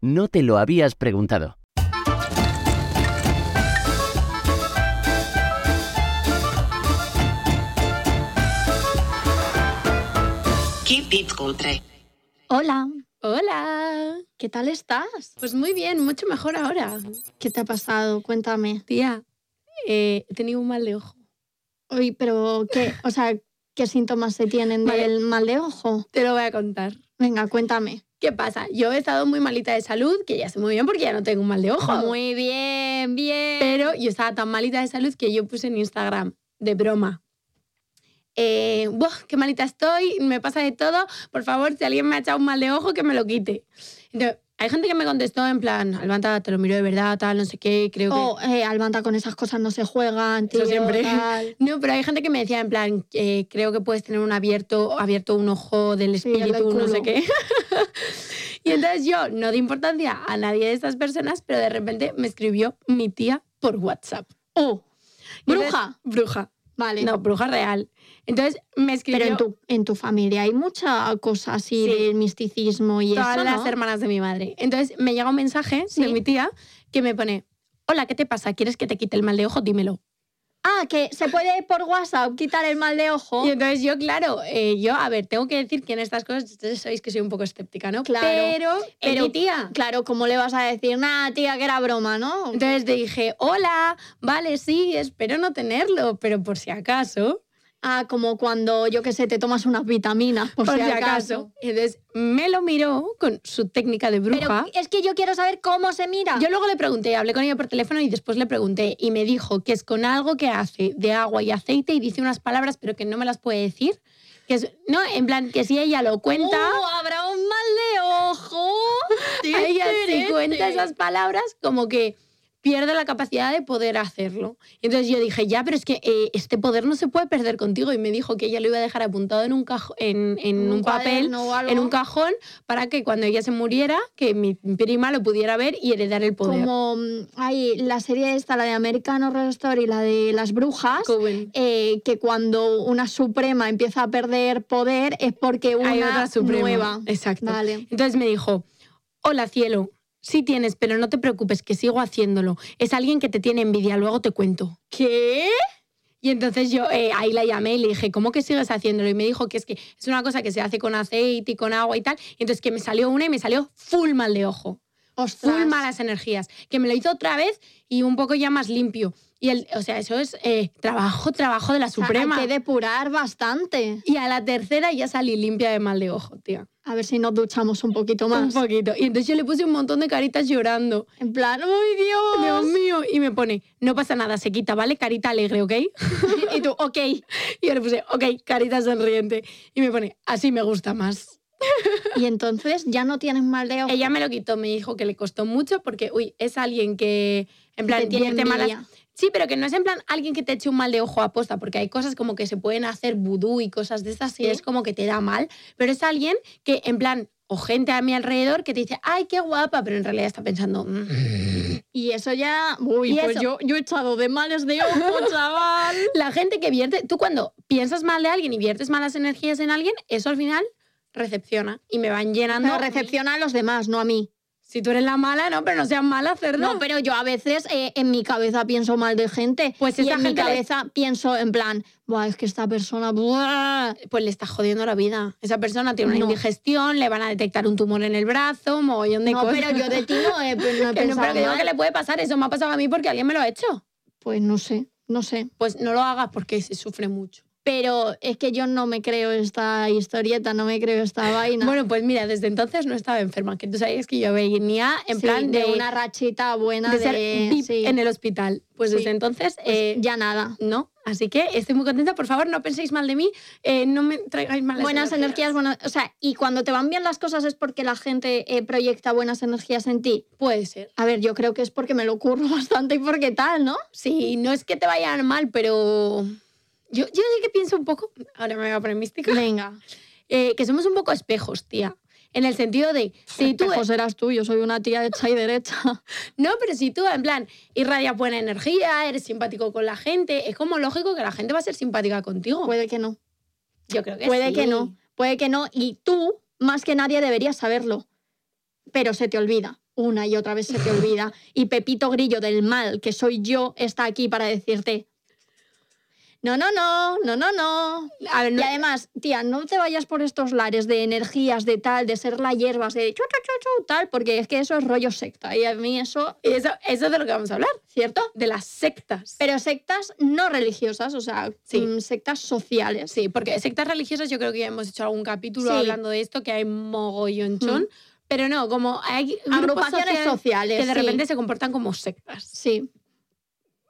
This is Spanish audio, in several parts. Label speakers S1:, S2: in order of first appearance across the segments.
S1: No te lo habías preguntado.
S2: Keep it cutre.
S3: Hola. Hola. ¿Qué tal estás?
S4: Pues muy bien, mucho mejor ahora.
S3: ¿Qué te ha pasado? Cuéntame.
S4: Tía, eh, he tenido un mal de ojo.
S3: Uy, pero ¿qué? O sea, ¿qué síntomas se tienen
S4: Vale.
S3: del mal de ojo?
S4: Te lo voy a contar.
S3: Venga, cuéntame.
S4: ¿Qué pasa? Yo he estado muy malita de salud, que ya sé muy bien porque ya no tengo un mal de ojo.
S3: Muy bien, bien.
S4: Pero yo estaba tan malita de salud que yo puse en Instagram, de broma. Eh, "Buah, qué malita estoy, me pasa de todo. Por favor, si alguien me ha echado un mal de ojo, que me lo quite. Entonces, hay gente que me contestó en plan, Alvanta, te lo miro de verdad, tal, no sé qué, creo que...
S3: Oh, eh, Alvanta, con esas cosas no se juegan,
S4: Eso
S3: tío.
S4: siempre.
S3: tal.
S4: No, pero hay gente que me decía en plan, eh, creo que puedes tener un abierto, abierto un ojo del
S3: Sí, el del
S4: espíritu, no sé
S3: culo.
S4: qué. y entonces yo no di importancia a nadie de estas personas, pero de repente me escribió mi tía por WhatsApp.
S3: Oh,
S4: Y entonces-
S3: bruja.
S4: Bruja.
S3: Vale.
S4: No, bruja real. Entonces me escribió
S3: pero en tu, en tu familia hay mucha cosa así
S4: Sí.
S3: del misticismo y
S4: todas
S3: eso,
S4: las
S3: ¿no?
S4: hermanas de mi madre. Entonces me llega un mensaje
S3: Sí.
S4: de mi tía que me pone, hola, ¿qué te pasa? ¿Quieres que te quite el mal de ojo? Dímelo.
S3: Ah, que se puede por WhatsApp quitar el mal de ojo.
S4: Y entonces yo, claro, eh, yo, a ver, tengo que decir que en estas cosas ustedes sabéis que soy un poco escéptica, ¿no?
S3: Claro.
S4: Pero,
S3: Pero-
S4: pero tía.
S3: Claro, ¿cómo le vas a decir? Nah, tía, que era broma, ¿no?
S4: Entonces dije, hola, vale, sí, espero no tenerlo, pero por si acaso,
S3: Ah, como cuando, yo qué sé, te tomas unas vitaminas, por,
S4: por, si acaso. Entonces me lo miró con su técnica de bruja.
S3: Pero es que yo quiero saber cómo se mira.
S4: Yo luego le pregunté, hablé con ella por teléfono y después le pregunté y me dijo que es con algo que hace de agua y aceite y dice unas palabras pero que no me las puede decir. Que es, no, en plan, que si ella lo cuenta...
S3: ¡Uh, habrá un mal de ojo!
S4: a ella si
S3: Diferente.
S4: cuenta esas palabras como que pierde la capacidad de poder hacerlo. Entonces yo dije, ya, pero es que eh, este poder no se puede perder contigo. Y me dijo que ella lo iba a dejar apuntado en un, cajo- en, en un, papel,
S3: cuaderno o algo.
S4: en un cajón, para que cuando ella se muriera, que mi prima lo pudiera ver y heredar el poder.
S3: Como mm, hay la serie esta, la de American Horror Story, la de las brujas,
S4: Coven.
S3: eh, que cuando una suprema empieza a perder poder es porque una
S4: Hay otra suprema.
S3: nueva.
S4: Exacto.
S3: Vale.
S4: Entonces me dijo, hola cielo, sí tienes, pero no te preocupes, que sigo haciéndolo. Es alguien que te tiene envidia, luego te cuento. ¿Qué? Y entonces yo eh, ahí la llamé y le dije, ¿cómo que sigues haciéndolo? Y me dijo que es que es una cosa que se hace con aceite y con agua y tal. Y entonces que me salió una y me salió full mal de ojo
S3: Ostras.
S4: full malas energías, que me lo hizo otra vez y un poco ya más limpio. Y el, o sea, eso es eh, trabajo, trabajo de la
S3: O sea,
S4: Suprema.
S3: Hay que depurar bastante.
S4: Y a la tercera ya salí limpia de mal de ojo, tía.
S3: A ver si nos duchamos un poquito más.
S4: Un poquito. Y entonces yo le puse un montón de caritas llorando.
S3: En plan, ¡uy, Dios!
S4: Dios mío. Y me pone, no pasa nada, se quita, ¿vale? Carita alegre, ¿ok? y tú, ok. Y yo le puse, ok, carita sonriente. Y me pone, así me gusta más.
S3: Y entonces ya no tienes mal de ojo.
S4: Ella me lo quitó, me dijo que le costó mucho porque, uy, es alguien que, en plan,
S3: te tiene
S4: vierte malas
S3: envidia.
S4: Sí, pero que no es en plan alguien que te eche un mal de ojo a posta, porque hay cosas como que se pueden hacer vudú y cosas de esas y
S3: Sí.
S4: es como que te da mal, pero es alguien que en plan, o gente a mi alrededor que te dice, ay, qué guapa, pero en realidad está pensando, "Mm".
S3: Y eso ya. Uy,
S4: Y
S3: pues
S4: eso.
S3: Yo, yo he echado de males de ojo, chaval.
S4: la gente que vierte, tú cuando piensas mal de alguien y viertes malas energías en alguien, eso al final recepciona y me van llenando.
S3: No, recepciona a los demás, no a mí.
S4: Si tú eres la mala, no, pero no seas mala, cerdo.
S3: No, pero yo a veces eh, en mi cabeza pienso mal de gente.
S4: Pues
S3: y
S4: esa
S3: en mi
S4: gente le-
S3: cabeza pienso en plan, Buah, es que esta persona. buah".
S4: pues le está jodiendo la vida. Esa persona tiene una
S3: No.
S4: indigestión, le van a detectar un tumor en el brazo, mogollón de
S3: no,
S4: cosas.
S3: pero yo de ti no
S4: Que
S3: he, no he
S4: no,
S3: pensado
S4: pero que digo
S3: mal.
S4: que le puede pasar, eso me ha pasado a mí porque alguien me lo ha hecho.
S3: Pues no sé, no sé.
S4: Pues no lo hagas porque se sufre mucho.
S3: Pero es que yo no me creo esta historieta, no me creo esta vaina.
S4: Bueno, pues mira, desde entonces no estaba enferma, que tú sabías que yo venía en
S3: Sí,
S4: plan
S3: de, una rachita buena
S4: de
S3: de,
S4: ser VIP
S3: sí.
S4: en el hospital. Pues
S3: Sí.
S4: desde entonces
S3: Pues
S4: eh,
S3: ya nada.
S4: no. Así que estoy muy contenta. Por favor, no penséis mal de mí. eh, no me traigáis malas
S3: Buenas energías, buenas, o sea, y cuando te van bien las cosas es porque la gente eh, proyecta buenas energías en ti.
S4: Puede ser.
S3: A ver, yo creo que es porque me lo curro bastante y porque tal, ¿no?
S4: Sí, no es que te vayan mal, pero yo, yo sí que pienso un poco, ahora me voy a poner mística,
S3: Venga,
S4: eh, que somos un poco espejos, tía. En el sentido de, si tú...
S3: Espejos eras tú, e- yo soy una tía hecha y derecha.
S4: No, pero si tú, en plan, irradias buena energía, eres simpático con la gente, es como lógico que la gente va a ser simpática contigo.
S3: Puede que no.
S4: Yo creo que
S3: Puede
S4: sí.
S3: que no, puede que no. Y tú, más que nadie, deberías saberlo. Pero se te olvida. Una y otra vez se te olvida. Y Pepito Grillo del mal, que soy yo, está aquí para decirte. No, no, no, no, no, no.
S4: A ver,
S3: Y
S4: no-
S3: además, tía, no te vayas por estos lares de energías, de tal, de ser la hierbas, de chu, chu, chu, chu, tal, porque es que eso es rollo secta. Y a mí eso,
S4: eso, eso es de lo que vamos a hablar,
S3: ¿cierto?
S4: de las sectas.
S3: Pero sectas no religiosas, o sea,
S4: Sí.
S3: mm, sectas sociales.
S4: Sí, porque sectas religiosas yo creo que ya hemos hecho algún capítulo
S3: Sí.
S4: hablando de esto, que hay mogollonchón.
S3: Mm.
S4: Pero no, como hay grupos
S3: Agrupaciones
S4: sociales
S3: sociales.
S4: que de
S3: sí.
S4: repente se comportan como sectas.
S3: Sí.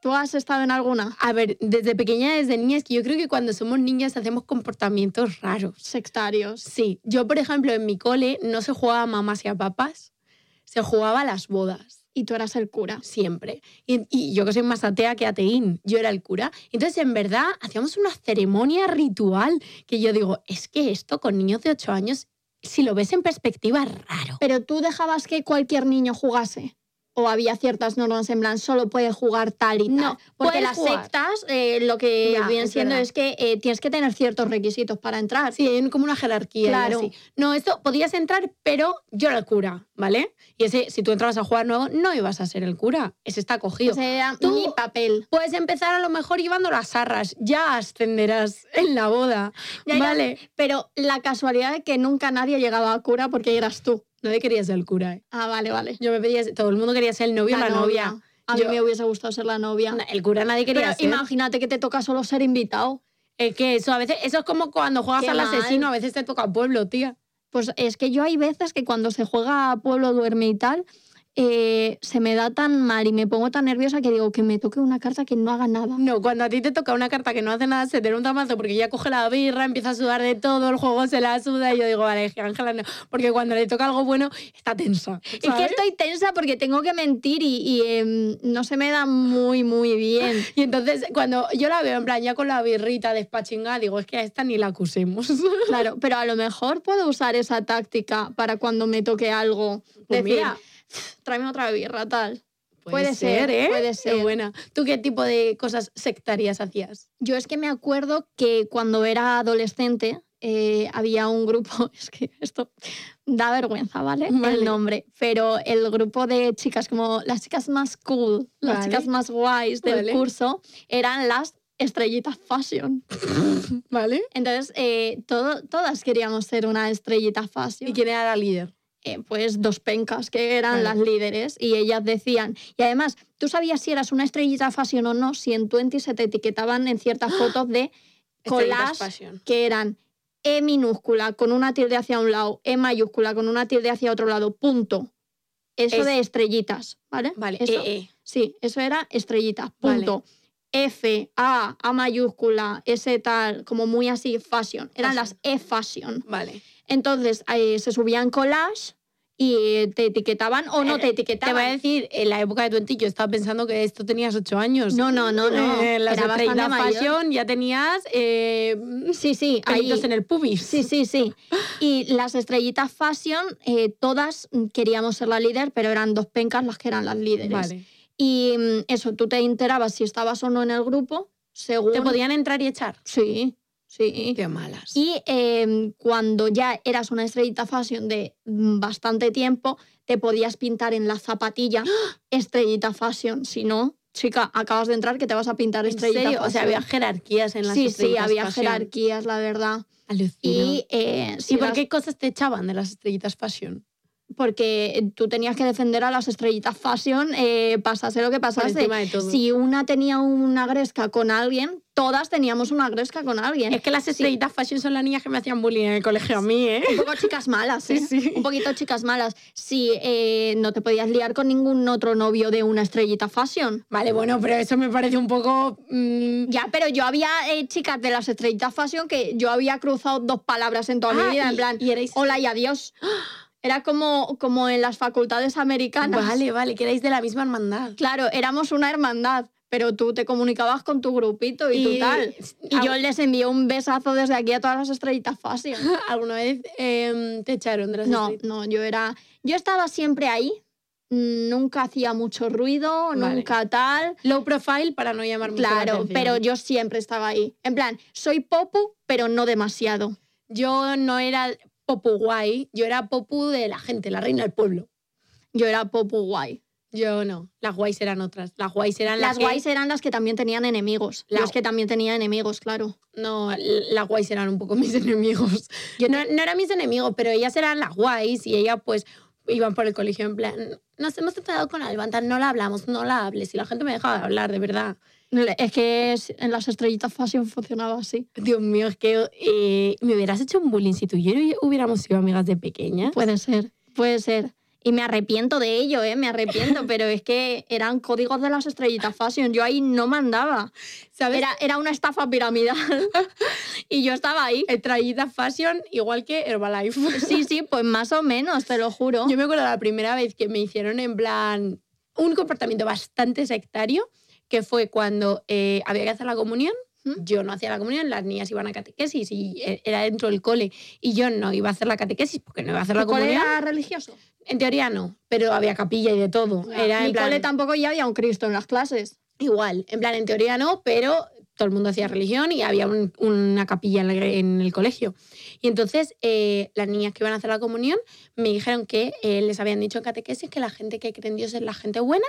S3: ¿Tú has estado en alguna
S4: A ver, desde pequeña, desde niña, es que yo creo que cuando somos niñas hacemos comportamientos raros.
S3: sectarios?
S4: Sí, yo por ejemplo en mi cole no se jugaba a mamás y a papás, se jugaba a las bodas,
S3: Y tú eras el cura.
S4: siempre. Y, y yo que soy más atea que ateín, yo era el cura. Entonces en verdad hacíamos una ceremonia ritual que yo digo, es que esto con niños de 8 años, si lo ves en perspectiva, es raro.
S3: Pero tú dejabas que cualquier niño jugase. O había ciertas normas en plan, solo puede jugar tal y tal.
S4: No,
S3: porque
S4: puedes
S3: las
S4: jugar.
S3: sectas eh, lo que
S4: Ya,
S3: vienen
S4: es
S3: siendo
S4: verdad.
S3: es que eh, tienes que tener ciertos requisitos para entrar.
S4: Sí, hay como una jerarquía. y
S3: Claro.
S4: así. No, esto podías entrar, pero yo era el cura, ¿vale? Y ese, si tú entrabas a jugar nuevo, no ibas a ser el cura. Ese está cogido.
S3: Ese era
S4: tú-
S3: mi papel.
S4: Puedes empezar a lo mejor llevando las arras. Ya ascenderás en la boda.
S3: Ya irás-
S4: vale.
S3: Pero la casualidad es que nunca nadie llegaba a cura porque eras tú.
S4: No me querías ser el cura, ¿eh?
S3: Ah, vale, vale.
S4: Yo me pedía... Todo el mundo quería ser el novio o la, novia.
S3: A
S4: Yo-
S3: mí me hubiese gustado ser la novia.
S4: Na- El cura nadie quería
S3: Pero
S4: ser.
S3: imagínate que te toca solo ser invitado.
S4: Es que eso a veces... Eso es como cuando juegas
S3: Qué
S4: al
S3: mal.
S4: asesino. A veces te toca pueblo, tía.
S3: Pues es que yo hay veces que cuando se juega a pueblo duerme y tal, eh, se me da tan mal y me pongo tan nerviosa que digo que me toque una carta que no haga nada.
S4: No, cuando a ti te toca una carta que no hace nada, se te da un tamazo porque ya coge la birra, empieza a sudar de todo, el juego se la suda y yo digo, vale, es que Ángela no. Porque cuando le toca algo bueno, está tensa.
S3: Es que
S4: ¿sabes?
S3: estoy tensa porque tengo que mentir y, y, em, no se me da muy, muy bien.
S4: Y entonces, cuando yo la veo en plan ya con la birrita despachingada, digo, es que a esta ni la acusemos.
S3: Claro, pero a lo mejor puedo usar esa táctica para cuando me toque algo.
S4: Pues
S3: decir,
S4: mira,
S3: tráeme otra birra, tal.
S4: puede ser, ¿eh?
S3: Puede
S4: Qué
S3: ser.
S4: buena. ¿Tú qué tipo de cosas sectarias hacías?
S3: Yo es que me acuerdo que cuando era adolescente eh, había un grupo, es que esto da vergüenza, ¿vale?
S4: Vale.
S3: El nombre, pero el grupo de chicas, como las chicas más cool, las
S4: Vale.
S3: chicas más guays del
S4: Vale.
S3: curso, eran las estrellitas fashion.
S4: ¿Vale?
S3: Entonces, eh, todo- todas queríamos ser una estrellita fashion.
S4: ¿Y quién era la líder?
S3: Eh, pues dos pencas que
S4: Vale.
S3: eran las líderes y ellas decían, y además, tú sabías si eras una estrellita fashion o no, si en 20 se te etiquetaban en ciertas fotos de
S4: ¡Ah! Estrellitas
S3: collage
S4: Fashion.
S3: que eran E minúscula con una tilde hacia un lado, E mayúscula con una tilde hacia otro lado, punto. Eso
S4: Es-
S3: de estrellitas, ¿vale?
S4: Vale,
S3: Eso,
S4: eh, eh.
S3: Sí, eso era estrellitas,
S4: Vale.
S3: punto. F, A, A mayúscula, S tal, como muy así, fashion.
S4: Fashion.
S3: Eran las E fashion.
S4: Vale.
S3: Entonces eh, se subían collage y eh, te etiquetaban o no
S4: Eh,
S3: te
S4: Te
S3: etiquetaban.
S4: voy a decir, en la época de Twenty, yo estaba pensando que esto tenías ocho años.
S3: No, no, no, no.
S4: Eh, las
S3: era bastante
S4: estrellitas
S3: mayor.
S4: Fashion ya tenías eh,
S3: Sí, sí, ahí.
S4: pelitos en el pubis.
S3: Sí, sí, sí. Y las estrellitas fashion, eh, todas queríamos ser la líder, pero eran dos pencas las que eran las líderes.
S4: Vale.
S3: Y mm, eso, tú te enterabas si estabas o no en el grupo, según...
S4: ¿Te podían entrar y echar?
S3: Sí, sí.
S4: Qué malas.
S3: Y eh, cuando ya eras una estrellita fashion de mm, bastante tiempo, te podías pintar en la zapatilla estrellita fashion. Si no, chica, acabas de entrar que te vas a pintar
S4: ¿En
S3: estrellita
S4: serio? O sea,
S3: fashion.
S4: había jerarquías en las
S3: Sí, sí,
S4: estrellitas
S3: había
S4: fashion.
S3: jerarquías, la verdad.
S4: Alucina.
S3: Y, eh, si
S4: ¿Y por
S3: las-
S4: qué cosas te echaban de las estrellitas fashion?
S3: porque tú tenías que defender a las estrellitas fashion, eh, pasase lo que
S4: Por
S3: pasase.
S4: encima de todo.
S3: Si una tenía una gresca con alguien, todas teníamos una gresca con alguien.
S4: Es que las estrellitas fashion son las niñas que me hacían bullying en el colegio a mí, ¿eh?
S3: Un poco chicas malas,
S4: Sí,
S3: ¿eh?
S4: sí.
S3: Un poquito chicas malas. Si eh, no te podías liar con ningún otro novio de una estrellita fashion.
S4: Vale, bueno, pero eso me parece un poco... mm,
S3: Ya, pero yo había eh, chicas de las estrellitas fashion que yo había cruzado dos palabras en toda
S4: Ah,
S3: mi vida,
S4: y-
S3: en plan,
S4: y erais-
S3: hola y adiós. Era como, como en las facultades americanas.
S4: Vale, vale, que erais de la misma hermandad.
S3: Claro, éramos una hermandad, pero tú te comunicabas con tu grupito y,
S4: Y-
S3: tu tal. Y
S4: Ah,
S3: yo les envié un besazo desde aquí a todas las estrellitas fashion.
S4: ¿Alguna vez em, te echaron de las
S3: No,
S4: estrellitas?
S3: no, yo era. Yo estaba siempre ahí. Nunca hacía mucho ruido,
S4: Vale.
S3: nunca tal.
S4: Low profile para no llamar mucho la
S3: Claro,
S4: atención.
S3: pero yo siempre estaba ahí. En plan, soy popu, pero no demasiado.
S4: Yo no era popu guay, yo era popu de la gente, la reina del pueblo.
S3: Yo era popu guay.
S4: Yo no, las guays eran otras. Las guays eran las,
S3: Las
S4: que-
S3: guays eran las que también tenían enemigos.
S4: La-
S3: Yo es que también tenía enemigos, claro.
S4: No, las guays eran un poco mis enemigos. no, no eran mis enemigos, pero ellas eran las guays y ellas pues iban por el colegio en plan, nos hemos tratado con Albanta, no la hablamos, no la hables. Y la gente me dejaba de hablar, de verdad.
S3: Es que es- en las estrellitas fashion funcionaba así.
S4: eh, Dios mío, es que eh, me hubieras hecho un bullying si tú y yo hubiéramos sido amigas de pequeña.
S3: Puede ser, puede ser. Y me arrepiento de ello, ¿eh? Me arrepiento, pero es que eran códigos de las estrellitas fashion. Yo ahí no mandaba.
S4: ¿Sabes?
S3: Era, era una estafa piramidal. y yo estaba ahí.
S4: Estrellita eh, Fashion, igual que Herbalife.
S3: Sí, sí, pues más o menos, te lo juro.
S4: Yo me acuerdo la primera vez que me hicieron en plan un comportamiento bastante sectario, que fue cuando eh, había que hacer la comunión.
S3: ¿Mm?
S4: Yo no hacía la comunión, las niñas iban a catequesis y eh, era dentro del cole. Y yo no iba a hacer la catequesis porque no iba a hacer la
S3: ¿Tu cole
S4: comunión.
S3: era religioso?
S4: En teoría no, pero había capilla y de todo. Era en
S3: Mi
S4: plan,
S3: cole tampoco ya había un Cristo en las clases.
S4: igual, en plan, en teoría no, pero todo el mundo hacía religión y había un- una capilla en la- en el colegio. Y entonces eh, las niñas que iban a hacer la comunión me dijeron que eh, les habían dicho en catequesis que la gente que cree en Dios es la gente buena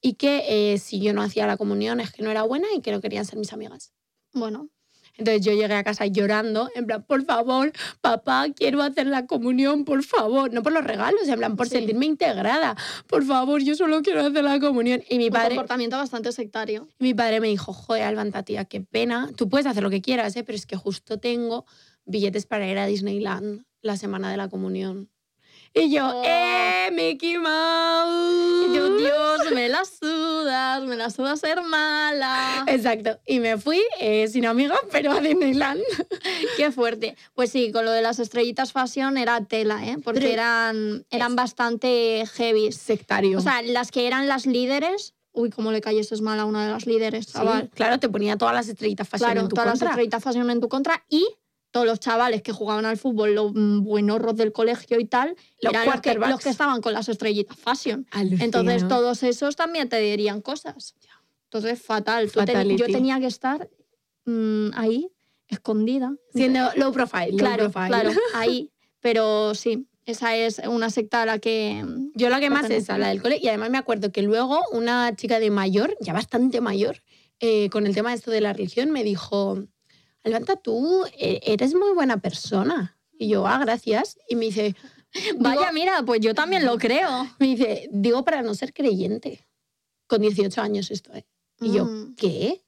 S4: y que eh, si yo no hacía la comunión es que no era buena y que no querían ser mis amigas.
S3: Bueno,
S4: Entonces yo llegué a casa llorando, en plan, por favor, papá, quiero hacer la comunión, por favor. No por los regalos, en plan, por
S3: Sí.
S4: sentirme integrada. Por favor, yo solo quiero hacer la comunión. Y mi
S3: un
S4: padre...
S3: comportamiento bastante sectario.
S4: Y mi padre me dijo, joder, Alvanta, tía, qué pena. Tú puedes hacer lo que quieras, ¿eh? pero es que justo tengo billetes para ir a Disneyland la semana de la comunión. Y yo,
S3: Oh.
S4: ¡eh, Mickey Mouse!
S3: Y yo, Dios, me las sudas, me las sudas ser mala.
S4: Exacto. Y me fui eh, sin amigos, pero a Disneyland.
S3: Qué fuerte. Pues sí, con lo de las estrellitas fashion era tela, ¿eh? Porque
S4: Pero-
S3: eran, eran bastante heavy.
S4: Sectario.
S3: O sea, las que eran las líderes. Uy, cómo le cayeses mal a una de las líderes,
S4: Sí,
S3: chaval.
S4: claro, te ponía todas las estrellitas fashion
S3: claro,
S4: en tu
S3: todas las
S4: contra.
S3: estrellitas fashion en tu contra y todos los chavales que jugaban al fútbol, los mm, buenorros del colegio y tal,
S4: Los
S3: eran los que,
S4: quarterbacks.
S3: los que estaban con las estrellitas fashion.
S4: Alucina.
S3: Entonces, todos esos también te dirían cosas. Entonces, fatal. Tú te- yo
S4: Fatality.
S3: tenía que estar mm, ahí, escondida.
S4: Siendo low profile. low
S3: Claro,
S4: profile.
S3: claro, ahí. Pero sí, esa es una secta a la que.
S4: Yo la que más
S3: Bastante.
S4: es esa, la del cole. Y además me acuerdo que luego una chica de mayor, ya bastante mayor, eh, con el tema de esto de la religión, me dijo, Alvanta, tú e- eres muy buena persona. Y yo, ah, gracias. Y me dice,
S3: Vaya, mira, pues yo también lo creo.
S4: me dice, digo para no ser creyente. Con 18 años esto, ¿eh? Y yo,
S3: Mm.
S4: ¿qué?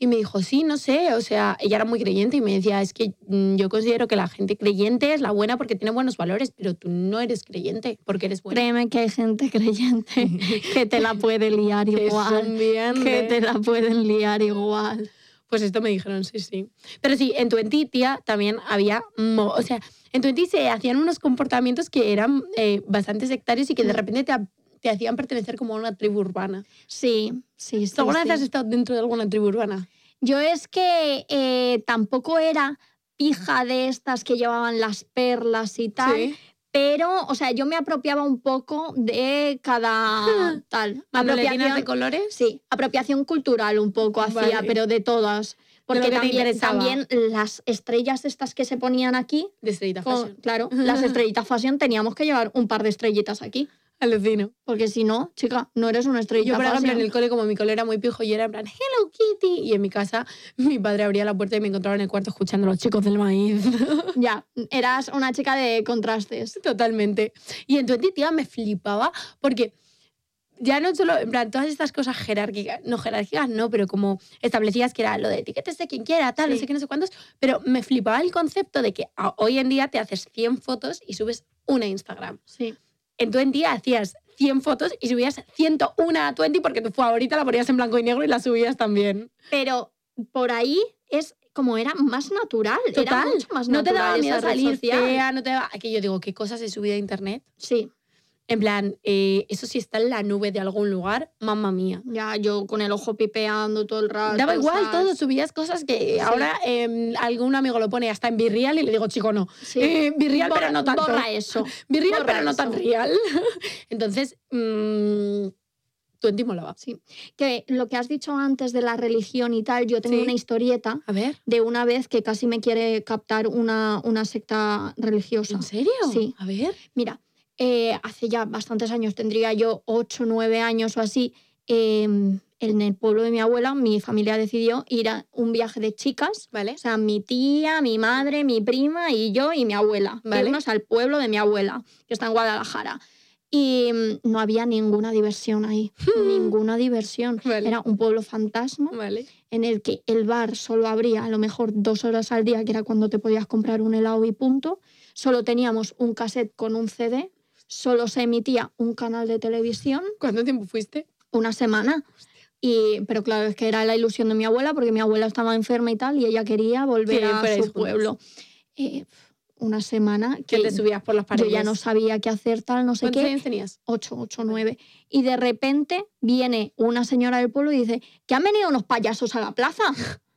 S4: Y me dijo, sí, no sé, o sea, ella era muy creyente y me decía, es que mm, yo considero que la gente creyente es la buena porque tiene buenos valores, pero tú no eres creyente porque eres buena.
S3: Créeme que hay gente creyente que te la puede liar
S4: Que
S3: igual.
S4: son bien de-
S3: Que te la pueden liar igual.
S4: Pues esto me dijeron, sí, sí. Pero sí, en Twenty, tía, también había... mo- o sea, en Twenty se hacían unos comportamientos que eran eh, bastante sectarios y que de repente te, ha- te hacían pertenecer como a una tribu urbana.
S3: Sí, sí, sí.
S4: ¿Tú ¿Alguna
S3: sí.
S4: vez has estado dentro de alguna tribu urbana?
S3: Yo es que eh, tampoco era pija de estas que llevaban las perlas y tal, pero, o sea, yo me apropiaba un poco de cada tal.
S4: ¿Mandoletinas de
S3: Apropiación,
S4: colores?
S3: sí, apropiación cultural un poco hacía,
S4: Vale.
S3: pero de
S4: lo
S3: todas.
S4: que
S3: Porque
S4: te
S3: también,
S4: interesaba.
S3: también las estrellas estas que se ponían aquí,
S4: De estrellita
S3: con-
S4: fashion.
S3: claro, las estrellitas fashion teníamos que llevar un par de estrellitas aquí.
S4: Alucino.
S3: Porque si no, chica, no eres una estrella.
S4: Yo, por ejemplo, en
S3: fácil.
S4: el cole, como mi cole era muy pijo, yo era en plan, Hello Kitty. Y en mi casa, mi padre abría la puerta y me encontraba en el cuarto escuchando a los chicos del maíz.
S3: Ya, eras una chica de contrastes.
S4: Totalmente. Y en Twenty, tía, me flipaba porque ya no solo, en plan, todas estas cosas jerárquicas, no jerárquicas, no, pero como establecidas que era lo de etiquetes de quien quiera, tal, no
S3: Sí.
S4: sé qué, no sé cuántos, pero me flipaba el concepto de que a- hoy en día te haces 100 fotos y subes una a Instagram.
S3: Sí.
S4: En Twenty hacías 100 fotos y subías 101 a Twenty porque tu favorita la ponías en blanco y negro y la subías también.
S3: Pero por ahí es como era más natural. Era
S4: Total.
S3: mucho más
S4: No te
S3: natural
S4: daba
S3: esa
S4: miedo
S3: red
S4: salir
S3: social.
S4: fea, no te daba... Que yo digo, ¿qué cosas he subido a internet?
S3: Sí,
S4: En plan, eh, eso sí está en la nube de algún lugar, mamma mía.
S3: ya yo con el ojo pipeando todo el rato.
S4: Daba igual
S3: ¿sabes?
S4: todo, subías cosas que
S3: Sí.
S4: ahora eh, algún amigo lo pone hasta en Virreal y le digo, chico, no.
S3: Sí.
S4: Eh, Virreal,
S3: Borra-
S4: pero no tanto.
S3: Borra eso.
S4: Virreal,
S3: borra
S4: pero no tan
S3: eso.
S4: real. Entonces, mm, Twenty molaba.
S3: Sí. Que lo que has dicho antes de la religión y tal, yo tengo
S4: Sí.
S3: una historieta
S4: A ver,
S3: de una vez que casi me quiere captar una, una secta religiosa.
S4: ¿en serio?
S3: Sí.
S4: A ver.
S3: Mira, eh, hace ya bastantes años, tendría yo 8, 9 años o así, eh, en el pueblo de mi abuela, mi familia decidió ir a un viaje de chicas.
S4: Vale.
S3: O sea, mi tía, mi madre, mi prima y yo y mi abuela.
S4: Vale.
S3: Irnos al pueblo de mi abuela, que está en Guadalajara. Y mm, no había ninguna diversión ahí, ninguna diversión.
S4: Hmm. Vale.
S3: Era un pueblo fantasma
S4: Vale.
S3: en el que el bar solo abría a lo mejor dos horas al día, que era cuando te podías comprar un helado y punto. Solo teníamos un cassette con un CD, solo se emitía un canal de televisión
S4: ¿Cuánto tiempo fuiste?
S3: una semana. Y, pero claro, es que era la ilusión de mi abuela, porque mi abuela estaba enferma y tal, y ella quería volver
S4: Que
S3: a
S4: fuerais juntas.
S3: su pueblo. Eh, una semana
S4: Que
S3: que
S4: te subías por las
S3: yo
S4: paredes.
S3: ya no sabía qué hacer, tal, no sé
S4: ¿Cuántos
S3: qué.
S4: años tenías?
S3: 8, 8, 9. Y de repente viene una señora del pueblo y dice, que han venido unos payasos a la plaza.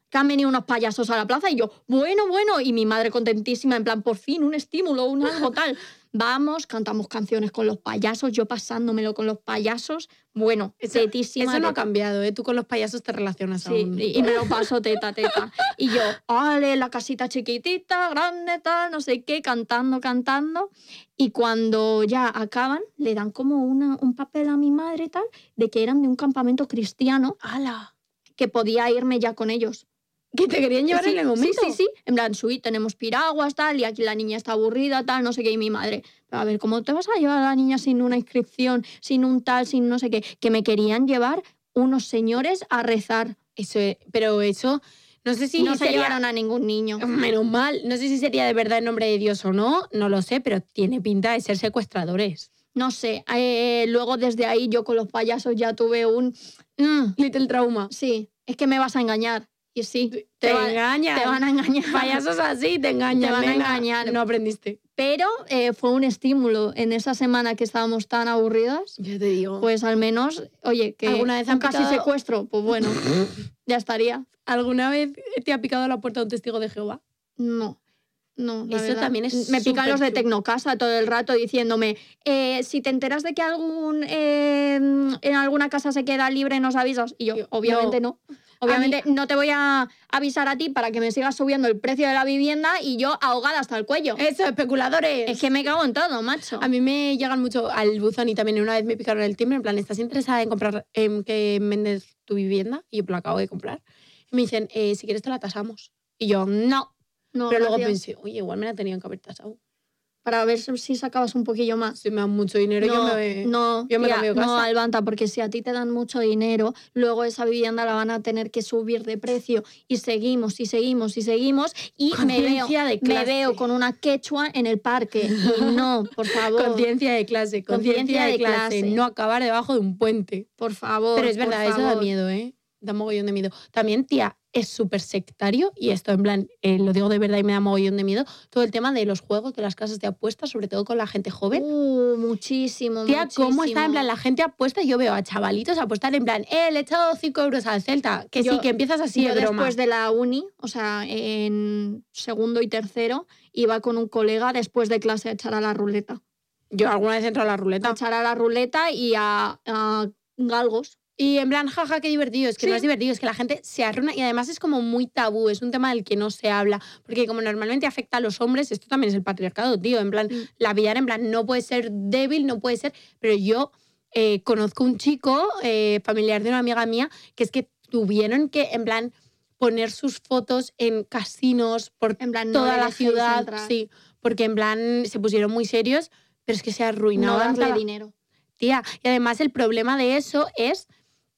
S3: Que han venido unos payasos a la plaza. Y yo, bueno, bueno. Y mi madre contentísima, en plan, por fin, un estímulo, un algo tal. Vamos, cantamos canciones con los payasos, yo pasándomelo con los payasos. Bueno,
S4: Eso-
S3: tetísima.
S4: Eso no ha
S3: de-
S4: cambiado, ¿eh? Tú con los payasos te relacionas
S3: Sí,
S4: aún.
S3: y y me lo paso teta, teta. Y yo, ale, la casita chiquitita, grande, tal, no sé qué, cantando, cantando. Y cuando ya acaban, le dan como una, un papel a mi madre, tal, de que eran de un campamento cristiano,
S4: ¡Hala!
S3: que podía irme ya con ellos.
S4: Que te querían llevar
S3: Sí,
S4: en el momento.
S3: Sí, sí, sí. En plan, subí, tenemos piraguas, tal, y aquí la niña está aburrida, tal, no sé qué. Y mi madre, pero a ver, ¿cómo te vas a llevar a la niña sin una inscripción, sin un tal, sin no sé qué? Que me querían llevar unos señores a rezar.
S4: Eso, es- pero eso, no sé si
S3: no se
S4: sería-
S3: llevaron a ningún niño.
S4: menos mal, no sé si sería de verdad en nombre de Dios o no, no lo sé, pero tiene pinta de ser secuestradores.
S3: No sé. eh, luego desde ahí yo con los payasos ya tuve un. "Mm,
S4: Little trauma.
S3: sí, es que me vas a engañar. Y sí, te,
S4: Te,
S3: va-
S4: engañan.
S3: te van a engañar.
S4: Payasos así te engañan.
S3: Te van a
S4: nena.
S3: engañar.
S4: No aprendiste.
S3: Pero eh, fue un estímulo en esa semana que estábamos tan aburridas.
S4: Yo te digo.
S3: Pues al menos, oye, que
S4: ¿Alguna vez
S3: un
S4: han
S3: casi
S4: picado?
S3: secuestro, pues bueno, ya estaría.
S4: ¿Alguna vez te ha picado la puerta un testigo de Jehová?
S3: No. No, la
S4: Eso
S3: verdad.
S4: también es
S3: Me pican los de
S4: superchulo.
S3: Tecnocasa todo el rato diciéndome, eh, si te enteras de que algún eh, en alguna casa se queda libre, nos avisas. Y yo,
S4: Yo,
S3: obviamente no. Obviamente no te voy a avisar a ti para que me sigas subiendo el precio de la vivienda y yo ahogada hasta el cuello.
S4: Eso, especuladores.
S3: Es que me cago en todo, macho.
S4: A mí me llegan mucho al buzón y también una vez me picaron el timbre, en plan, ¿estás interesada en comprar, en que vendes tu vivienda? Y yo pues, lo acabo de comprar. Y me dicen, eh, si quieres te la tasamos. Y yo, no.
S3: No,
S4: Pero luego
S3: gracias.
S4: pensé, oye, igual me la tenían que haber tasado.
S3: Para ver si sacabas un poquillo más.
S4: Si me dan mucho dinero,
S3: no,
S4: yo me...
S3: no,
S4: yo me
S3: tía,
S4: cambio de
S3: no,
S4: casa.
S3: Albanta, porque si a ti te dan mucho dinero, luego esa vivienda la van a tener que subir de precio y seguimos y seguimos y seguimos y me veo,
S4: Conciencia de
S3: me
S4: clase.
S3: veo con una quechua en el parque. Y no, por favor,
S4: Conciencia de clase, conciencia de, clase. No acabar debajo de un puente.
S3: por favor.
S4: Pero es
S3: por
S4: verdad, eso da
S3: favor.
S4: miedo, ¿eh? Da mogollón de miedo. También, tía, es súper sectario, y esto en plan, eh, lo digo de verdad y me da mogollón de miedo, todo el tema de los juegos, de las casas de apuestas, sobre todo con la gente joven.
S3: Uh, muchísimo,
S4: ¿eh? Tía, ¿cómo está en
S3: muchísimo.
S4: plan la gente apuesta? Yo veo a chavalitos apostar en plan, eh, le he echado 5 euros al Celta. Que sí,
S3: Yo-
S4: que empiezas así
S3: yo
S4: de broma.
S3: después de la uni, o sea, en segundo y tercero, iba con un colega después de clase a echar a la ruleta.
S4: Yo alguna vez entro a la
S3: a
S4: ruleta.
S3: echar a la ruleta y a, a galgos.
S4: Y en plan, jaja, qué divertido. Es que
S3: Sí.
S4: no es divertido, es que la gente se arruina. Y además es como muy tabú, es un tema del que no se habla. Porque como normalmente afecta a los hombres, esto también es el patriarcado, tío. En plan,
S3: Mm.
S4: la pillar, en plan, no puede ser débil, no puede ser. Pero yo eh, conozco un chico, eh, familiar de una amiga mía, que es que tuvieron que, en plan, poner sus fotos en casinos por
S3: En plan, no
S4: toda la
S3: dejéis
S4: ciudad.
S3: entrar.
S4: Sí, porque en plan se pusieron muy serios, pero es que se
S3: No
S4: arruinaban
S3: darle
S4: cada-
S3: dinero.
S4: Tía, y además el problema de eso es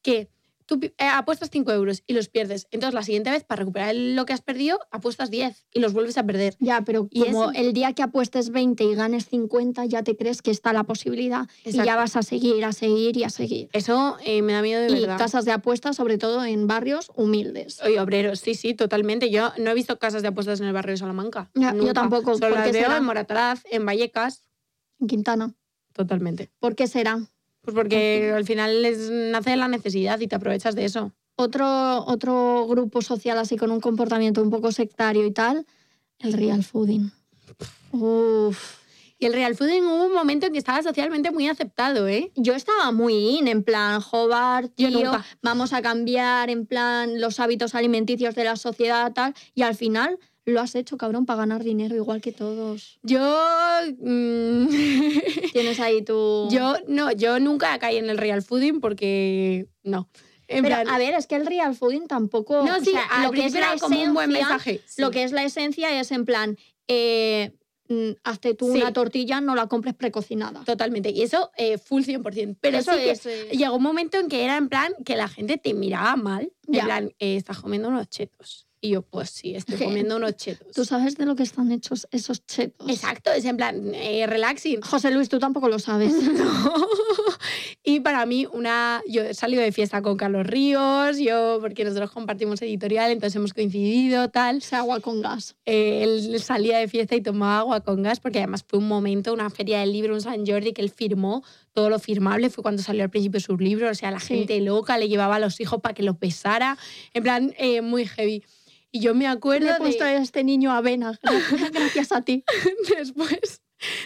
S4: que tú pi- eh, apuestas 5 euros y los pierdes. Entonces, la siguiente vez, para recuperar el- lo que has perdido, apuestas 10 y los vuelves a perder.
S3: Ya, pero
S4: Y
S3: como
S4: es-
S3: el día que apuestes 20 y ganes 50, ya te crees que está la posibilidad y ya
S4: Exacto.
S3: vas a seguir, a seguir y a seguir.
S4: Eso eh, me da miedo de
S3: Y
S4: verdad.
S3: casas de apuestas, sobre todo en barrios humildes.
S4: Oye, obreros, sí, sí, totalmente. Yo no he visto casas de apuestas en el barrio de Salamanca.
S3: Ya, yo
S4: Nunca.
S3: tampoco,
S4: Solo
S3: ¿por
S4: las
S3: qué
S4: veo
S3: será?
S4: en Moratalaz, en Vallecas,
S3: En Quintana.
S4: totalmente.
S3: ¿Por qué será?
S4: Pues porque
S3: Ah,
S4: al final les nace la necesidad y te aprovechas de eso.
S3: Otro, otro grupo social así con un comportamiento un poco sectario y tal, el real fooding. Uf.
S4: Y el real fooding hubo un momento en que estaba socialmente muy aceptado, ¿eh?
S3: Yo estaba muy in, en plan, Hobart,
S4: Yo
S3: tío,
S4: nunca.
S3: vamos a cambiar, en plan, los hábitos alimenticios de la sociedad, tal. Y al final lo has hecho, cabrón, para ganar dinero, igual que todos.
S4: Yo. mm,
S3: Tienes ahí tu.
S4: yo no, yo nunca caí en el real fooding porque. No. En
S3: Pero
S4: plan-
S3: a ver, es que el real fooding tampoco.
S4: no,
S3: o
S4: sí,
S3: sea,
S4: al principio era como un buen
S3: esencia-
S4: mensaje. sí.
S3: Lo que es la esencia es en plan, eh, mm, hazte tú
S4: Sí.
S3: una tortilla, no la compres precocinada.
S4: Totalmente. Y eso, eh, full 100%. Pero
S3: Eso
S4: sí que
S3: es, eh,
S4: llegó un momento en que era en plan que la gente te miraba mal.
S3: Ya.
S4: En plan, eh, estás comiendo unos chetos. Y yo, pues sí, estoy
S3: Je.
S4: comiendo unos chetos.
S3: Tú sabes de lo que están hechos esos chetos.
S4: Exacto, es en plan, eh, relaxing.
S3: José Luis, tú tampoco lo sabes.
S4: No. y para mí, una. Yo he salido de fiesta con Carlos Ríos, yo, porque nosotros compartimos editorial, entonces hemos coincidido, tal.
S3: Es agua con gas.
S4: Eh, él salía de fiesta y tomaba agua con gas, porque además fue un momento, una feria del libro, un San Jordi que él firmó, todo lo firmable fue cuando salió al principio su libro, o sea, la
S3: Sí.
S4: gente loca le llevaba a los hijos para que los besara, en plan, eh, muy heavy. Y yo me acuerdo.
S3: Le he
S4: de-
S3: puesto a este niño avena, gracias a ti.
S4: después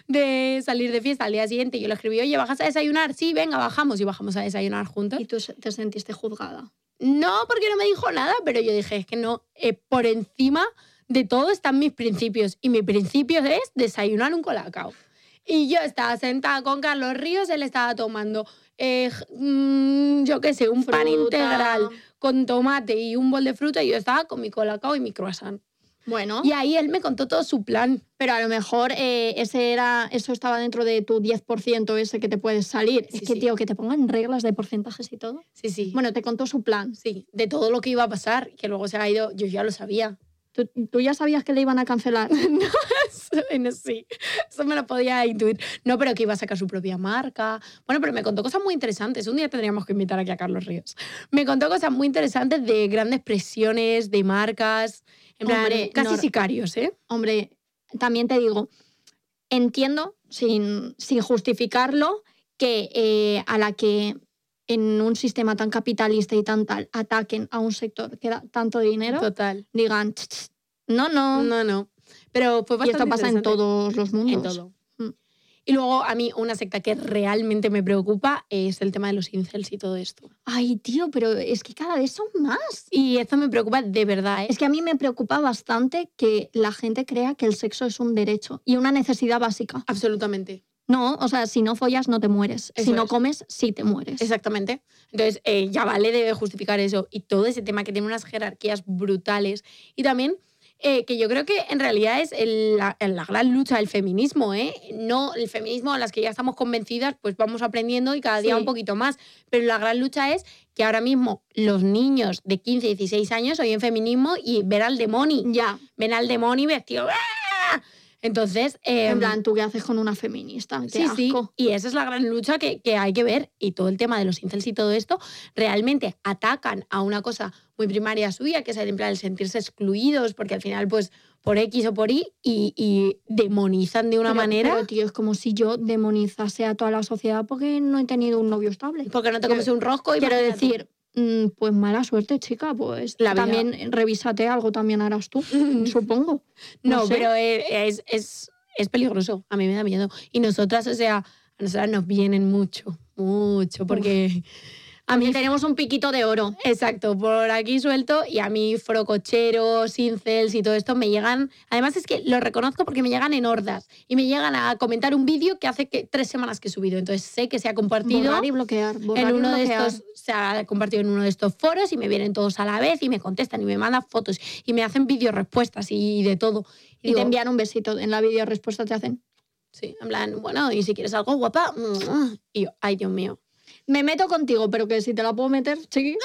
S4: de salir de fiesta al día siguiente, yo le escribí, oye, ¿bajas a desayunar? Sí, venga, bajamos y bajamos a desayunar juntos.
S3: Y tú se- te sentiste juzgada.
S4: No, porque no me dijo nada, pero yo dije, es que no, eh, por encima de todo están mis principios y mi principio es desayunar un colacao. Y yo estaba sentada con Carlos Ríos, él estaba tomando, eh, j- mm, yo qué sé, un pan
S3: Fruta.
S4: integral con tomate y un bol de fruta y yo estaba con mi colacao y mi croissant.
S3: Bueno,
S4: Y ahí él me contó todo su plan.
S3: pero a lo mejor eh, ese era, eso estaba dentro de tu 10% ese que te puedes salir.
S4: Sí,
S3: es que,
S4: sí.
S3: tío, que te pongan reglas de porcentajes y todo.
S4: Sí, sí.
S3: Bueno, te contó su plan.
S4: Sí, de todo lo que iba a pasar, que luego se ha ido, yo ya lo sabía.
S3: Tú, tú ya sabías que le iban a cancelar.
S4: Eso, no, sí, eso me lo podía intuir. No, pero que iba a sacar su propia marca. Bueno, pero me contó cosas muy interesantes. Un día tendríamos que invitar aquí a Carlos Ríos. Me contó cosas muy interesantes de grandes presiones, de marcas, en plan,
S3: Hombre,
S4: casi
S3: no-
S4: sicarios, ¿eh?
S3: Hombre, también te digo, entiendo, sin, sin justificarlo, que eh, a la que en un sistema tan capitalista y tan tal ataquen a un sector que da tanto dinero,
S4: Total.
S3: digan, "Ch, ch, no, no.
S4: No, no. Pero fue
S3: y
S4: bastante
S3: esto pasa en
S4: interesante.
S3: todos los mundos.
S4: En todo.
S3: Mm.
S4: Y luego a mí una secta que realmente me preocupa es el tema de los incels y todo esto.
S3: Ay, tío, pero es que cada vez son más.
S4: Y esto me preocupa de verdad, ¿eh?
S3: Es que a mí me preocupa bastante que la gente crea que el sexo es un derecho y una necesidad básica.
S4: Absolutamente.
S3: No, o sea, si no follas no te mueres.
S4: Eso
S3: si no
S4: es.
S3: comes, sí te mueres.
S4: Exactamente. Entonces, eh, ya vale de justificar eso y todo ese tema que tiene unas jerarquías brutales. Y también eh, que yo creo que en realidad es el- la, la gran lucha del feminismo, ¿eh? No el feminismo a las que ya estamos convencidas, pues vamos aprendiendo y cada día
S3: Sí.
S4: un poquito más. Pero la gran lucha es que ahora mismo los niños de 15, 16 años oyen feminismo y ven al demonio.
S3: Ya,
S4: Ven al demonio vestido. ¡ah! Entonces. em,
S3: en plan, ¿tú qué haces con una feminista? Qué
S4: Sí, sí.
S3: asco.
S4: Y esa es la gran lucha que, que hay que ver. Y todo el tema de los incels y todo esto, realmente atacan a una cosa muy primaria suya, que es el, en plan, el sentirse excluidos, porque al final, pues, por X o por Y, y, y demonizan de una
S3: Pero-
S4: manera.
S3: Pero, tío, es como si yo demonizase a toda la sociedad porque no he tenido un novio estable.
S4: porque no te comes un rosco y
S3: Quiero decir, mm, pues mala suerte, chica, pues
S4: La vida.
S3: también revísate, algo también harás tú, supongo.
S4: No,
S3: no sé.
S4: pero eh, es, es, es peligroso. A mí me da miedo. Y nosotras, o sea, a nosotras nos vienen mucho, mucho, porque A mí,
S3: tenemos un piquito de oro.
S4: exacto, por aquí suelto y a mí frococheros, incels y todo esto me llegan. Además es que lo reconozco porque me llegan en hordas y me llegan a comentar un vídeo que hace que, tres semanas que he subido. Entonces sé que se ha compartido.
S3: Borrar y bloquear. borrar
S4: en
S3: y
S4: uno de
S3: bloquear.
S4: estos se ha compartido en uno de estos foros y me vienen todos a la vez y me contestan y me mandan fotos y me hacen vídeos respuestas y de todo.
S3: Y
S4: digo,
S3: te envían un besito. En la video respuesta te hacen.
S4: Sí, en plan, bueno, y si quieres algo guapa, mm, y yo, ay Dios mío,
S3: Me meto contigo, pero que si te la puedo meter, chiqui.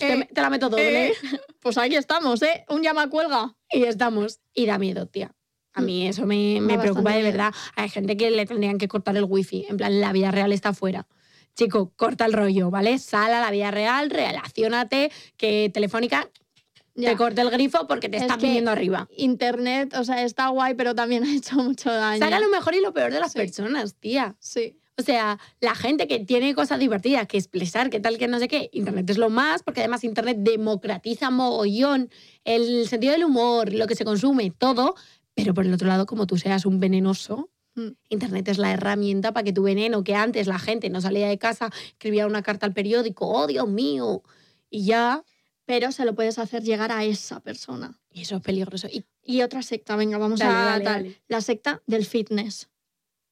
S4: te, me- te la meto doble.
S3: doble. Pues aquí estamos, ¿eh? Un llama cuelga.
S4: Y estamos. Y da miedo, tía. A mí eso me, me
S3: Mm. Da
S4: preocupa de
S3: bastante
S4: verdad. Hay gente que le tendrían que cortar el wifi. En plan, la vida real está fuera. Chico, corta el rollo, ¿vale? Sal a la vida real, relacionate, que Telefónica
S3: Ya.
S4: te corte el grifo porque te
S3: Es
S4: está
S3: que-
S4: pidiendo arriba.
S3: Internet, o sea, está guay, pero también ha hecho mucho daño.
S4: Saca lo mejor y lo peor de las
S3: Sí.
S4: personas, tía.
S3: Sí.
S4: O sea, la gente que tiene cosas divertidas que expresar, que tal, que no sé qué, Internet es lo más, porque además Internet democratiza mogollón el sentido del humor, lo que se consume, todo. Pero por el otro lado, como tú seas un venenoso,
S3: Mm.
S4: Internet es la herramienta para que tu veneno, que antes la gente no salía de casa, escribía una carta al periódico, oh Dios mío, y ya,
S3: Pero se lo puedes hacer llegar a esa persona.
S4: y eso es peligroso. Y
S3: Y otra secta, venga, vamos
S4: Dale,
S3: a
S4: dale,
S3: tal.
S4: dale.
S3: La secta del fitness.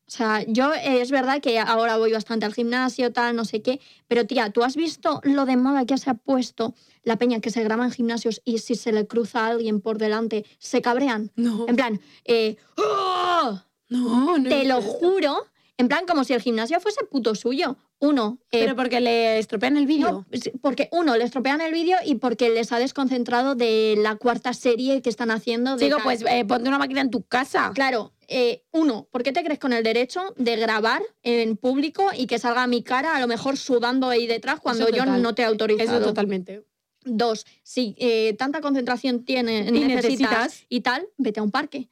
S3: O sea, yo eh, es verdad que ahora voy bastante al gimnasio, tal, no sé qué, pero tía, ¿tú has visto lo de moda que se ha puesto la peña que se graba en gimnasios y si se le cruza a alguien por delante, se cabrean?
S4: no,
S3: En plan, eh, ¡Oh!
S4: no, no.
S3: te lo juro, en plan como si el gimnasio fuese puto suyo. Uno, eh,
S4: Pero porque le estropean el vídeo.
S3: no, sí, porque uno, le estropean el vídeo y porque les ha desconcentrado de la cuarta serie que están haciendo. De
S4: Chico,
S3: tal.
S4: pues eh, ponte una máquina en tu casa.
S3: Claro, eh, uno, ¿por qué te crees con el derecho de grabar en público y que salga mi cara a lo mejor sudando ahí detrás cuando
S4: Eso
S3: yo
S4: total.
S3: no te he autorizado?
S4: Eso totalmente.
S3: Dos, si eh, tanta concentración tiene,
S4: Y
S3: necesitas,
S4: necesitas.
S3: y tal, vete a un parque.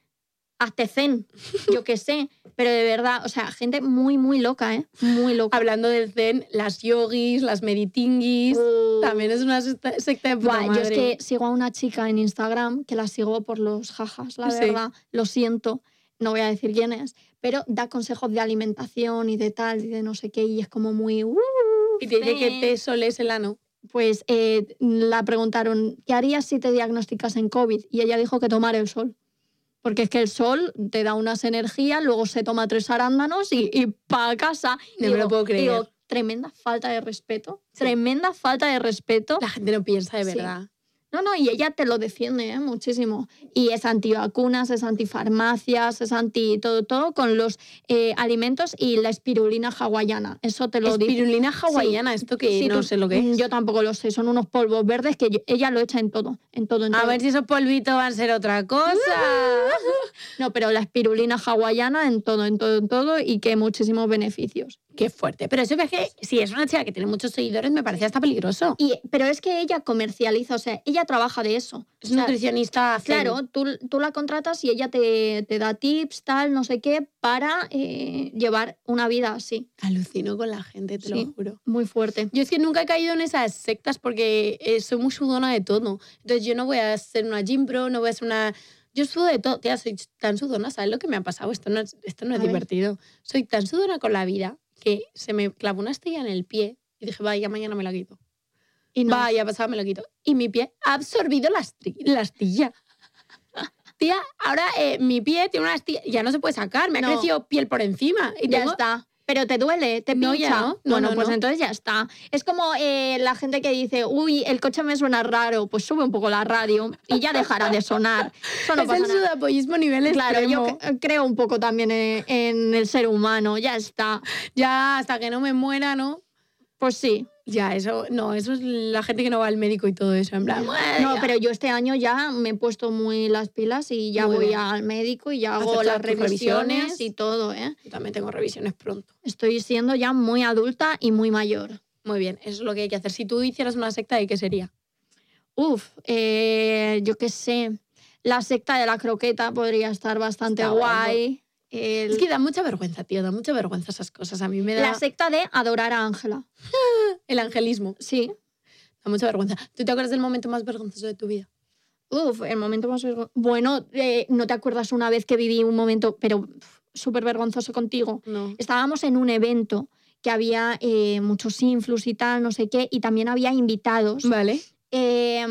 S3: Hazte zen, yo qué sé. Pero de verdad, o sea, gente muy, muy loca, ¿eh? Muy loca.
S4: Hablando del zen, las yogis, las meditinguis,
S3: Uh,
S4: también es una secta secta de puta
S3: Buah, yo es
S4: madre.
S3: que sigo a una chica en Instagram que la sigo por los jajas, la
S4: Sí.
S3: verdad. Lo siento, no voy a decir quién es, pero da consejos de alimentación y de tal y de no sé qué y es como muy. "Uh".
S4: Y te dice que
S3: zen.
S4: te soles el ano.
S3: Pues eh, la preguntaron, ¿qué harías si te diagnosticasen COVID? Y ella dijo que tomar el sol. Porque es que el sol te da unas energías, luego se toma tres arándanos y, para casa.
S4: No me lo puedo creer.
S3: digo, tremenda falta de respeto. Tremenda falta de respeto.
S4: La gente no piensa de
S3: Sí.
S4: verdad.
S3: No, no, y ella te lo defiende ¿eh? muchísimo. Y es antivacunas, es antifarmacias, es anti todo, todo con los eh, alimentos y la espirulina hawaiana. Eso te lo dice.
S4: Espirulina hawaiana, esto que
S3: Sí,
S4: no
S3: tú-
S4: sé lo que es.
S3: Yo tampoco lo sé, son unos polvos verdes que yo- ella lo echa en todo, en todo, en
S4: A
S3: todo.
S4: ver si esos polvitos van a ser otra cosa.
S3: No, pero la espirulina hawaiana en todo, en todo, en todo y que muchísimos beneficios.
S4: Qué fuerte. Pero eso es que si es una chica que tiene muchos seguidores, me parece hasta peligroso.
S3: Y, pero es que ella comercializa, o sea, ella trabaja de eso.
S4: Es
S3: O sea,
S4: nutricionista. zen.
S3: Claro, tú, tú la contratas y ella te, te da tips, tal, no sé qué, para eh, llevar una vida así,
S4: Alucino con la gente, te
S3: Sí.
S4: lo juro.
S3: muy fuerte.
S4: Yo es que nunca he caído en esas sectas porque eh, soy muy sudona de todo. Entonces yo no voy a ser una gym pro, no voy a ser una... Yo sudo de todo. Tía, soy tan sudona, ¿sabes lo que me ha pasado? Esto no es, esto no es
S3: A ver.
S4: divertido. Soy tan sudona con la vida que se me clavó una estrella en el pie y dije, vaya, mañana me la quito.
S3: Y no,
S4: Vaya, pasado me lo quito. Y mi pie ha absorbido la, astri- la astilla. Tía, ahora eh, mi pie tiene una astilla. Ya no se puede sacar, me ha
S3: No.
S4: crecido piel por encima. Y
S3: ya
S4: tengo-
S3: está. Pero te duele, te pincha.
S4: No, ya no. No,
S3: bueno,
S4: no,
S3: pues
S4: no.
S3: entonces ya está. Es como eh, la gente que dice, uy, el coche me suena raro, pues sube un poco la radio y ya dejará de sonar. Eso no
S4: es
S3: pasa
S4: el
S3: nada.
S4: sudapollismo nivel
S3: Claro, yo
S4: extremo.
S3: cre- creo un poco también eh, en el ser humano, ya está.
S4: Ya, hasta que no me muera, ¿no?
S3: Pues sí.
S4: Ya, eso, no, eso es la gente que no va al médico y todo eso, en plan,
S3: No, pero yo este año ya me he puesto muy las pilas y ya
S4: Muy
S3: voy
S4: bien.
S3: al médico y ya
S4: Haces
S3: hago
S4: todas
S3: las
S4: tus
S3: revisiones,
S4: revisiones.
S3: y todo, ¿eh?
S4: yo también tengo revisiones pronto.
S3: Estoy siendo ya muy adulta y muy mayor.
S4: Muy bien, eso es lo que hay que hacer. Si tú hicieras una secta, ¿de qué sería?
S3: Uf, eh, yo qué sé. La secta de la croqueta podría estar bastante
S4: Está
S3: guay. El-
S4: Es que da mucha vergüenza, tío, da mucha vergüenza esas cosas. A mí me da
S3: La secta de adorar a Ángela.
S4: el angelismo,
S3: Sí.
S4: da mucha vergüenza. ¿Tú te acuerdas del momento más vergonzoso de tu vida?
S3: Uf, el momento más vergonzoso. Bueno, eh, no te acuerdas una vez que viví un momento, pero pf, súper vergonzoso contigo.
S4: No.
S3: Estábamos en un evento que había eh, muchos influx y tal, no sé qué, y también había invitados.
S4: Vale.
S3: Eh,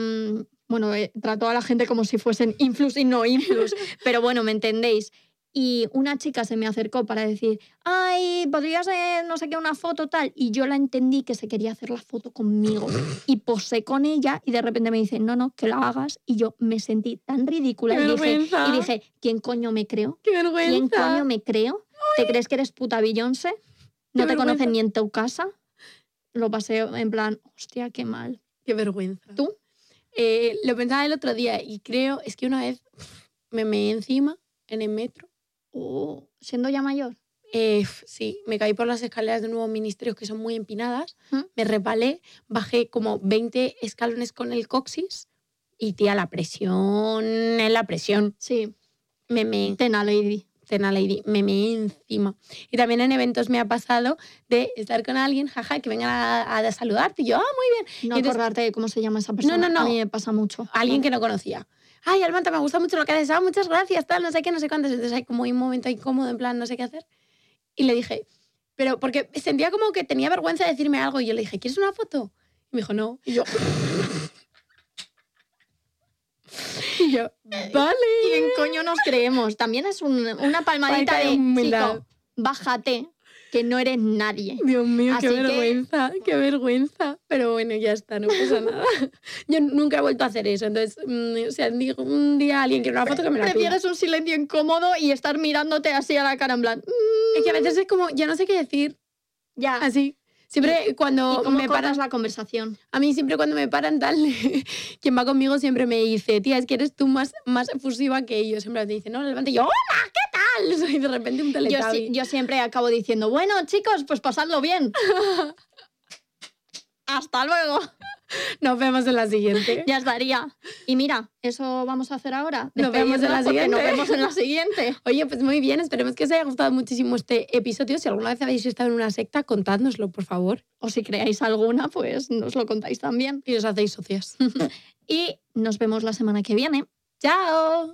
S3: bueno, eh, trató a la gente como si fuesen influx y no influx, pero bueno, me entendéis. Y una chica se me acercó para decir, ay, podrías, eh, no sé qué, una foto tal. Y yo la entendí que se quería hacer la foto conmigo. Y posé con ella y de repente me dice, no, no, que la hagas. Y yo me sentí tan ridícula.
S4: ¡Qué
S3: Y dije,
S4: vergüenza!
S3: y dije, ¿quién coño me creo?
S4: ¡Qué
S3: ¿Quién
S4: vergüenza!
S3: coño me creo? ¿Te crees que eres puta Beyoncé? No
S4: Qué
S3: te
S4: vergüenza.
S3: conocen ni en tu casa. Lo pasé en plan, hostia, qué mal.
S4: ¡Qué vergüenza!
S3: ¿Tú?
S4: Eh, lo pensaba el otro día y creo, es que una vez me meé encima en el metro.
S3: Oh, siendo ya mayor.
S4: Eh, f- sí, me caí por las escaleras de nuevos ministerios que son muy empinadas,
S3: Ujú.
S4: me repalé, bajé como 20 escalones con el coxis y tía, la presión, eh, la presión,
S3: Sí,
S4: me me
S3: Tena Lady.
S4: cena lady, me meé encima. Y también en eventos me ha pasado de estar con alguien, jaja, que vengan a, a saludarte y yo, ah, muy bien,
S3: No
S4: Y entonces-
S3: acordarte de cómo se llama esa persona.
S4: no, no.
S3: A mí me pasa mucho.
S4: alguien que no conocía. Ay, Almanta, me gusta mucho lo que haces, ah, muchas gracias, tal, no sé qué, no sé cuántas. Entonces hay como un momento incómodo, en plan, no sé qué hacer. Y le dije, pero porque sentía como que tenía vergüenza de decirme algo. Y yo le dije, ¿quieres una foto? Y me dijo, no. Y yo, y yo vale.
S3: ¿Quién coño nos creemos? También es un- una palmadita
S4: Falta de
S3: de,
S4: humildad.
S3: chico, bájate, que no eres nadie.
S4: Dios mío,
S3: Así
S4: qué
S3: que-
S4: vergüenza, qué vergüenza. Pero bueno, ya está, no pasa nada. Yo nunca he vuelto a hacer eso. Entonces, mm, o sea, digo, un día alguien quiere una foto que me la pida.
S3: Prefieres un silencio incómodo y estar mirándote así a la cara en plan, "Mm,
S4: Es que a veces es como, ya no sé qué decir.
S3: ya.
S4: Así. Siempre
S3: ¿Y
S4: cuando
S3: cómo
S4: me
S3: cortas
S4: paran,
S3: la conversación?
S4: a mí siempre cuando me paran tal, quien va conmigo siempre me dice, tía, es que eres tú más, más efusiva que ellos. Siempre te dice, no, levante. Y yo, hola, ¿qué tal? Y de repente un
S3: Yo,
S4: teletubby.
S3: si- yo siempre acabo diciendo, bueno, chicos, pues pasadlo bien. Hasta luego.
S4: Nos vemos en la siguiente.
S3: Ya estaría. Y mira, eso vamos a hacer ahora.
S4: Nos vemos en la
S3: Despedirnos, porque Nos
S4: siguiente.
S3: vemos en la siguiente.
S4: Oye, pues muy bien, esperemos que os haya gustado muchísimo este episodio. Si alguna vez habéis estado en una secta, contádnoslo, por favor.
S3: O si creáis alguna, pues nos lo contáis también.
S4: Y os hacéis socias.
S3: Y nos vemos la semana que viene.
S4: ¡Chao!